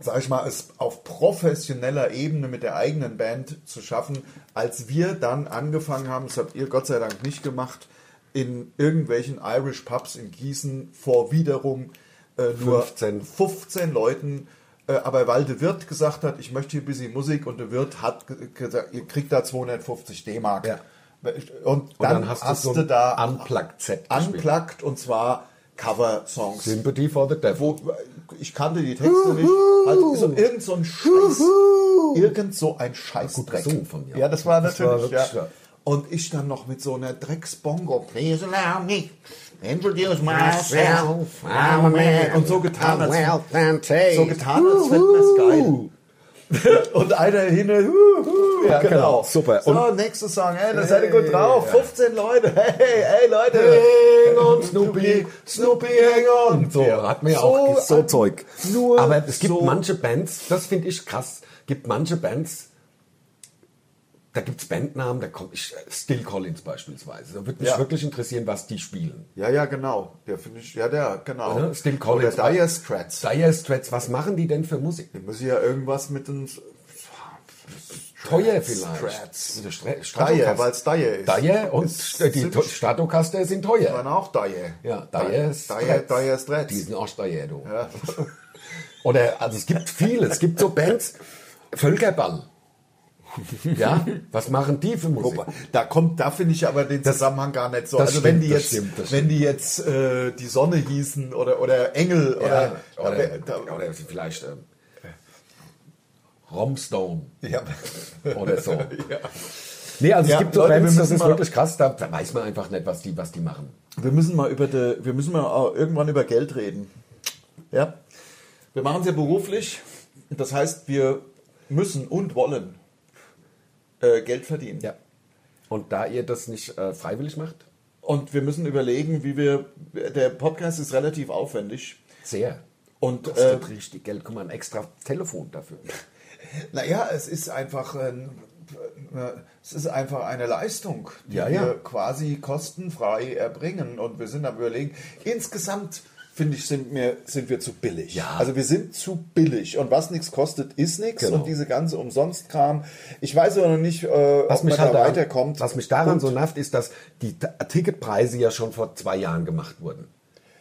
sag ich mal, es auf professioneller Ebene mit der eigenen Band zu schaffen, als wir dann angefangen haben, das habt ihr Gott sei Dank nicht gemacht, in irgendwelchen Irish Pubs in Gießen vor wiederum äh, nur 15. 15 Leuten, äh, aber weil der Wirt gesagt hat, ich möchte hier ein bisschen Musik und der Wirt hat ge- gesagt, ihr kriegt da 250 D-Mark. Ja. Und dann, Und dann, hast, hast, du so du ein da Unplugged-Set gespielt. unplugged und zwar Cover-Songs Sympathy for the Devil. wo ich kannte die Texte nicht. Also so irgend so ein Scheiß, irgend so ein Scheißdreck. gesungen von mir. Ja, das war Das war natürlich. wirklich, ja. ja. Und ich dann noch mit so einer Drecksbongo. Please allow me. Introduce myself. I'm a man. Ah, Und so getan, als, so getan, als fänden wir es geil. Und einer hin, huhu, Ja, genau. Super. So, Und- nächste Song, ey, das seid ihr gut drauf. 15 Leute, hey, hey, Leute. Hang on, Snoopy. Snoopy, hang on. So Ja. hat man ja auch so an- Zeug. Nur Aber es gibt so- manche Bands, das finde ich krass, gibt manche Bands, da gibt es Bandnamen, da kommt ich, äh, Still Collins beispielsweise. Da würde mich Ja. wirklich interessieren, was die spielen. Ja, ja, genau. Der finde ich, ja, der, genau. Ne? Still Collins. Oder Dire Strats. Dire Straits, was machen die denn für Musik? Da muss ich ja irgendwas mit den Teuer vielleicht. Strats. Also Stra- Dire, Stratocaster. weil es Dire ist. Dire und Ist St- die ziemlich- To- Stratocaster sind teuer. waren auch Dire. Ja, Dire Dire, Strats. Dire Strats. Die sind auch Steuer, du. Ja. Oder, also es gibt viele, es gibt so Bands, Völkerball. Ja, was machen die für Musik? Wobei, Da kommt, da finde ich aber den Zusammenhang gar nicht so. das also stimmt, wenn die das jetzt, stimmt, das wenn die jetzt äh, die Sonne hießen oder oder Engel Ja, oder, oder, da, oder, vielleicht ähm, Romstone ja. oder so. Nee, also Ja, es gibt so Leute, wir Bands, das müssen ist mal- wirklich krass, da, da weiß man einfach nicht, was die, was die machen. Wir müssen mal über de, wir müssen mal auch irgendwann über Geld reden. Ja, wir machen es ja beruflich. Das heißt, wir müssen und wollen äh, Geld verdienen. Ja. Und da ihr das nicht äh, freiwillig macht, Und wir müssen überlegen, wie wir. Der Podcast ist relativ aufwendig. sehr. Und Das äh, wird richtig Geld. Guck mal, ein extra Telefon dafür. naja, es ist einfach. ähm, äh, es ist einfach eine Leistung, die Ja, wir ja. quasi kostenfrei erbringen. Und wir sind am überlegen, insgesamt finde ich, sind wir, sind wir zu billig. Ja. Also wir sind zu billig. Und was nichts kostet, ist nichts. Genau. Und diese ganze Umsonst-Kram, ich weiß aber noch nicht, äh, was ob man da halt daran- weiterkommt. Was mich daran Und- so nervt, ist, dass die T- Ticketpreise ja schon vor zwei Jahren gemacht wurden.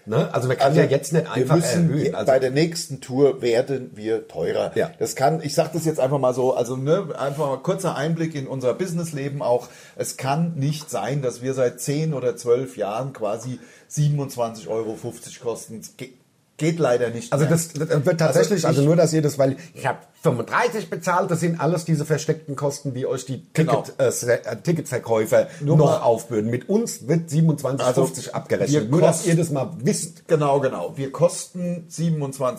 Ne? Also man kann ja jetzt nicht einfach wir müssen erhöhen. Also, bei der nächsten Tour werden wir teurer. Ja. Das kann, ich sage das jetzt einfach mal so, also ne, einfach mal kurzer Einblick in unser Businessleben auch. Es kann nicht sein, dass wir seit 10 oder 12 Jahren quasi 27,50 Euro kosten. Es Ge geht leider nicht. also mehr. das das wird tatsächlich, ich- also, nur, dass ihr das, weil ich habe 35 bezahlt, das sind alles diese versteckten Kosten, die euch die Genau. Ticket, äh, Se- äh, Ticketverkäufer Nur noch mal- aufbürden. Mit uns wird 27,50 Also, wir abgerechnet. Nur, dass kosten- ihr das mal wisst. Genau, genau. Wir kosten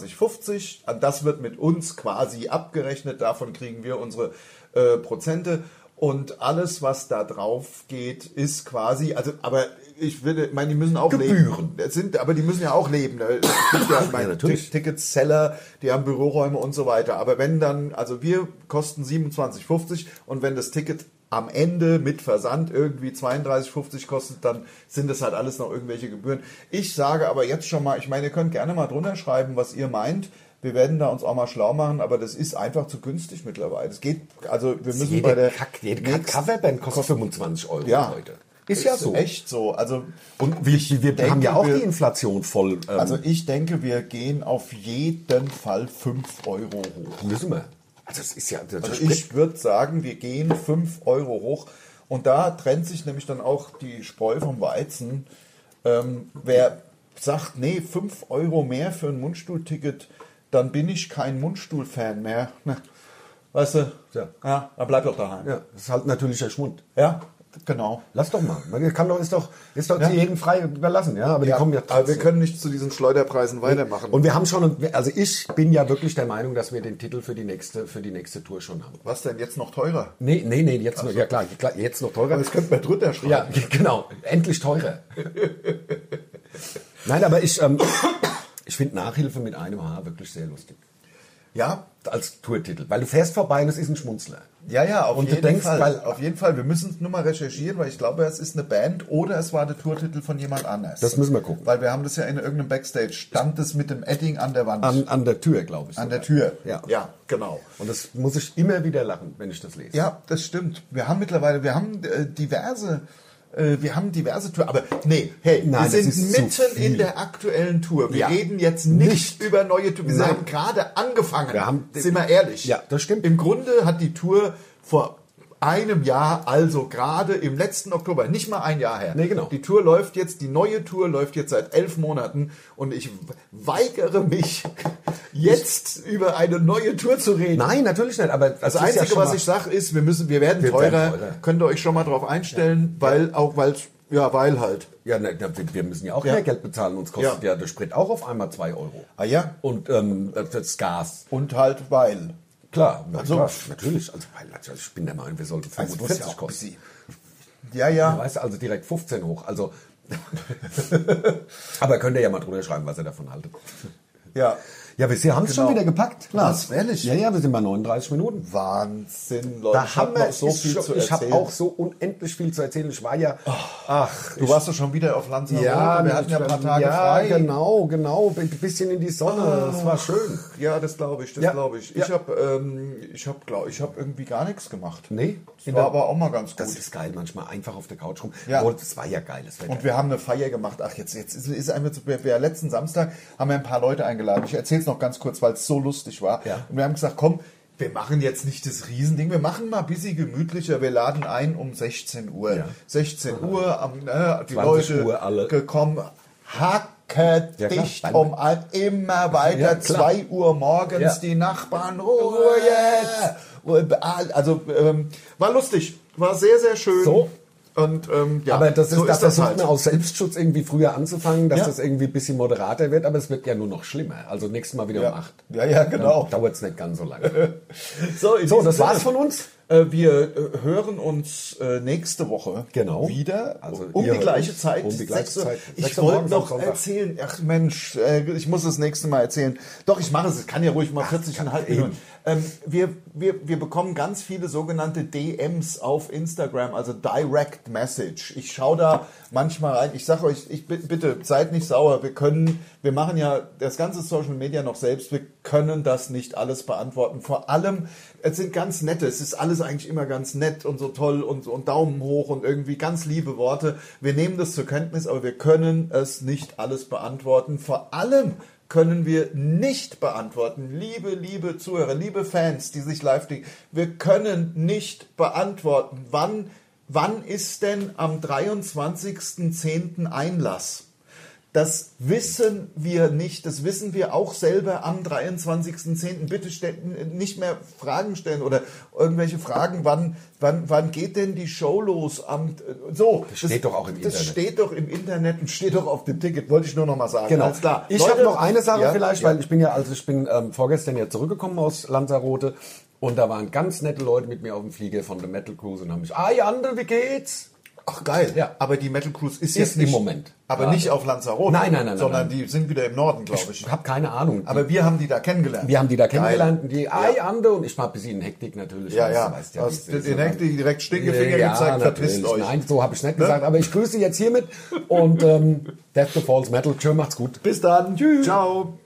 27,50. An Das wird mit uns quasi abgerechnet. Davon kriegen wir unsere äh, Prozente. Und alles, was da drauf geht, ist quasi, also, aber ich würde, ich meine, die müssen auch Gebühren. leben. Das sind, aber die müssen ja auch leben. ne? Es gibt ja, ich meine, natürlich. Tick- Ticketseller, die haben Büroräume und so weiter. Aber wenn dann, also wir kosten 27,50 und wenn das Ticket am Ende mit Versand irgendwie 32,50 kostet, dann sind das halt alles noch irgendwelche Gebühren. Ich sage aber jetzt schon mal, ich meine, ihr könnt gerne mal drunter schreiben, was ihr meint. Wir werden da uns auch mal schlau machen, aber das ist einfach zu günstig mittlerweile. Es geht, also wir müssen bei der Kack, jede Kack Coverband kostet 25 Euro ja, heute. Ist, ja so. Echt so. Also Und wir, wir denke, haben ja auch wir- die Inflation voll. Ähm, Also ich denke, wir gehen auf jeden Fall 5 Euro hoch. müssen wir. Also das ist ja. Das Also ich würde sagen, wir gehen 5 Euro hoch. Und da trennt sich nämlich dann auch die Spreu vom Weizen. Ähm, wer sagt, nee, 5 Euro mehr für ein Mundstuhlticket, dann bin ich kein Mundstuhl-Fan mehr. Na, weißt du, Ja. ja, dann bleib doch daheim. ja, das ist halt natürlicher Schwund. ja genau. Lass doch mal. Man kann doch, ist doch, ist doch Ja. jedem frei überlassen, ja. Aber die kommen ja aber wir trotzdem. können nicht zu diesen Schleuderpreisen weitermachen. Und wir haben schon, also ich bin ja wirklich der Meinung, dass wir den Titel für die nächste, für die nächste Tour schon haben. was denn jetzt noch teurer? Nee, nee, nee, jetzt noch, ja klar, klar, jetzt noch teurer. Das könnte man drunter schreiben. Ja, genau. Endlich teurer. Nein, aber ich, ähm, ich finde Nachhilfe mit einem Haar wirklich sehr lustig. ja Als Tourtitel. Weil du fährst vorbei und es ist ein Schmunzler. Ja, ja, auf Und du jeden denkst, Fall. weil- auf jeden Fall. Wir müssen es nur mal recherchieren, weil ich glaube, es ist eine Band oder es war der Tourtitel von jemand anders. Das müssen wir gucken. Weil wir haben das ja in irgendeinem Backstage. Stand es mit dem Edding an der Wand. An, an der Tür, glaube ich. an sogar. der Tür. Ja. ja, genau. Und das muss ich immer wieder lachen, wenn ich das lese. Ja, das stimmt. Wir haben mittlerweile, wir haben äh, diverse, äh, wir haben diverse Touren. Aber nee, hey, wir Nein, das sind ist zu mitten in viel. der aktuellen Tour. Wir Ja. reden jetzt nicht, Nicht. über neue Touren. Wir Nein. haben gerade angefangen. Wir haben- sind wir ehrlich. Ja, das stimmt. Im Grunde hat die Tour vor einem Jahr, also gerade im letzten Oktober, nicht mal ein Jahr her. Nee, genau. Die Tour läuft jetzt, die neue Tour läuft jetzt seit elf Monaten und ich weigere mich, jetzt über eine neue Tour zu reden. Nein, natürlich nicht. Aber Das Also Einzige, was ich sage, ist, wir müssen, wir werden Wir teurer. werden teurer. Könnt ihr euch schon mal drauf einstellen, weil auch, weil, ja, weil halt. Ja, ne, da- wir müssen ja auch Ja. mehr Geld bezahlen. Uns kostet Ja. ja, der Sprit auch auf einmal 2 Euro. Ah ja. Und ähm, das- das Gas. Und halt weil. Klar, na Also- klar, natürlich. Also, weil, also ich bin der Meinung, wir sollten 45 kosten. Ja, Ja, ja. weißt du, also direkt 15 hoch. Also, aber könnt ihr ja mal drunter schreiben, was ihr davon haltet. Ja. Ja, wir haben es Genau. schon wieder gepackt. Was, ehrlich? Ja, ja, wir sind bei 39 Minuten. Wahnsinn, Leute. Da Ich hab haben wir noch so viel zu Ich habe erzählen. auch so unendlich viel zu erzählen. Ich war ja. Ach, du warst doch schon wieder auf Lanzarote. ja, wir hatten ja ein paar Tage ja, frei. Ah. genau, genau. Ein bisschen in die Sonne. Das war schön. Ja, das glaube ich, das Ja. glaube ich. Ich Ja. habe, ähm, ich habe, glaube ich, habe irgendwie gar nichts gemacht. Nee. Das war aber auch mal ganz gut. Das ist geil, manchmal einfach auf der Couch rum. Ja. Obwohl, das war ja geiles Wetter. Und wir haben eine Feier gemacht. Ach, jetzt, jetzt ist, ist einfach zu, wir, wir, letzten Samstag haben wir ein paar Leute eingeladen. Ich erzähle es noch ganz kurz, weil es so lustig war. Ja. Und wir haben gesagt, komm, wir machen jetzt nicht das Riesending, wir machen mal ein bisschen gemütlicher. Wir laden ein um 16 Uhr. 16 Uhr, am, ne, die 20 Leute Uhr alle. gekommen, hacke Ja, klar. dicht um ein, immer weiter, Ja, klar. 2 Uhr morgens, Ja. die Nachbarn, Oh, Ruhe jetzt. Und, ah, Also ähm, war lustig, war sehr, sehr schön. So. Und, ähm, ja, aber das ist, so das versucht halt. man aus Selbstschutz irgendwie früher anzufangen, dass Ja. das irgendwie ein bisschen moderater wird, aber es wird ja nur noch schlimmer. Also nächstes Mal wieder um Ja, acht. ja, ja genau. Dauert es nicht ganz so lange. So, in So, diesem das war's Sinne, von uns. Äh, wir äh, hören uns äh, nächste Woche Genau. wieder Also um ihr die hört gleiche uns Zeit. um die gleiche Sechs Uhr. Zeit. Ich Sechs Uhr wollte morgens am noch Sonntag. erzählen. Ach Mensch, äh, ich muss das nächste Mal erzählen. Doch, ich mache es. Ich kann ja ruhig mal 40,5 Minuten. Ähm, wir, wir, wir bekommen ganz viele sogenannte DMs auf Instagram, also Direct Message. Ich schaue da manchmal rein. Ich sage euch, ich, bi- bitte seid nicht sauer. Wir können, wir machen ja das ganze Social Media noch selbst. Wir können das nicht alles beantworten. Vor allem, es sind ganz nette. Es ist alles eigentlich immer ganz nett und so toll und, und Daumen hoch und irgendwie ganz liebe Worte. Wir nehmen das zur Kenntnis, aber wir können es nicht alles beantworten. Vor allem können wir nicht beantworten. Liebe, liebe Zuhörer, liebe Fans, die sich live die, wir können nicht beantworten, wann, wann ist denn am 23.10. Einlass? Das wissen wir nicht, das wissen wir auch selber am 23.10. Bitte stell, nicht mehr Fragen stellen oder irgendwelche Fragen, wann, wann, wann geht denn die Show los? Am, so, das, steht doch auch im das Internet. steht doch im Internet und steht doch auf dem Ticket, wollte ich nur noch mal sagen. Genau. Alles klar. Ich Leute- habe noch eine Sache Ja, vielleicht, ja. weil ich bin ja, also ich bin ähm, vorgestern ja zurückgekommen aus Lanzarote und da waren ganz nette Leute mit mir auf dem Flieger von The Metal Cruise und haben mich, ah, Jandel, wie geht's? Ach geil. Ja. Aber die Metal Cruise ist, Ist jetzt im nicht, Moment. Aber Gerade. nicht auf Lanzarote. Nein, nein, nein, Sondern nein, die sind wieder im Norden, glaube ich. Ich habe keine Ahnung. Aber wir haben die da kennengelernt. wir haben die da Geil. kennengelernt und die, ah, Jande, und ich war ein bisschen in Hektik natürlich. Ja, weißt ja. du, weißt Hast wie es ist. ne? den Hektik direkt Stinkefinger gezeigt, verpisst euch. Ne? Nein, so habe ich nicht gesagt, aber ich grüße jetzt hiermit und ähm, Death to Falls Metal. Tschö, macht's gut. Bis dann. Tschüss. Ciao.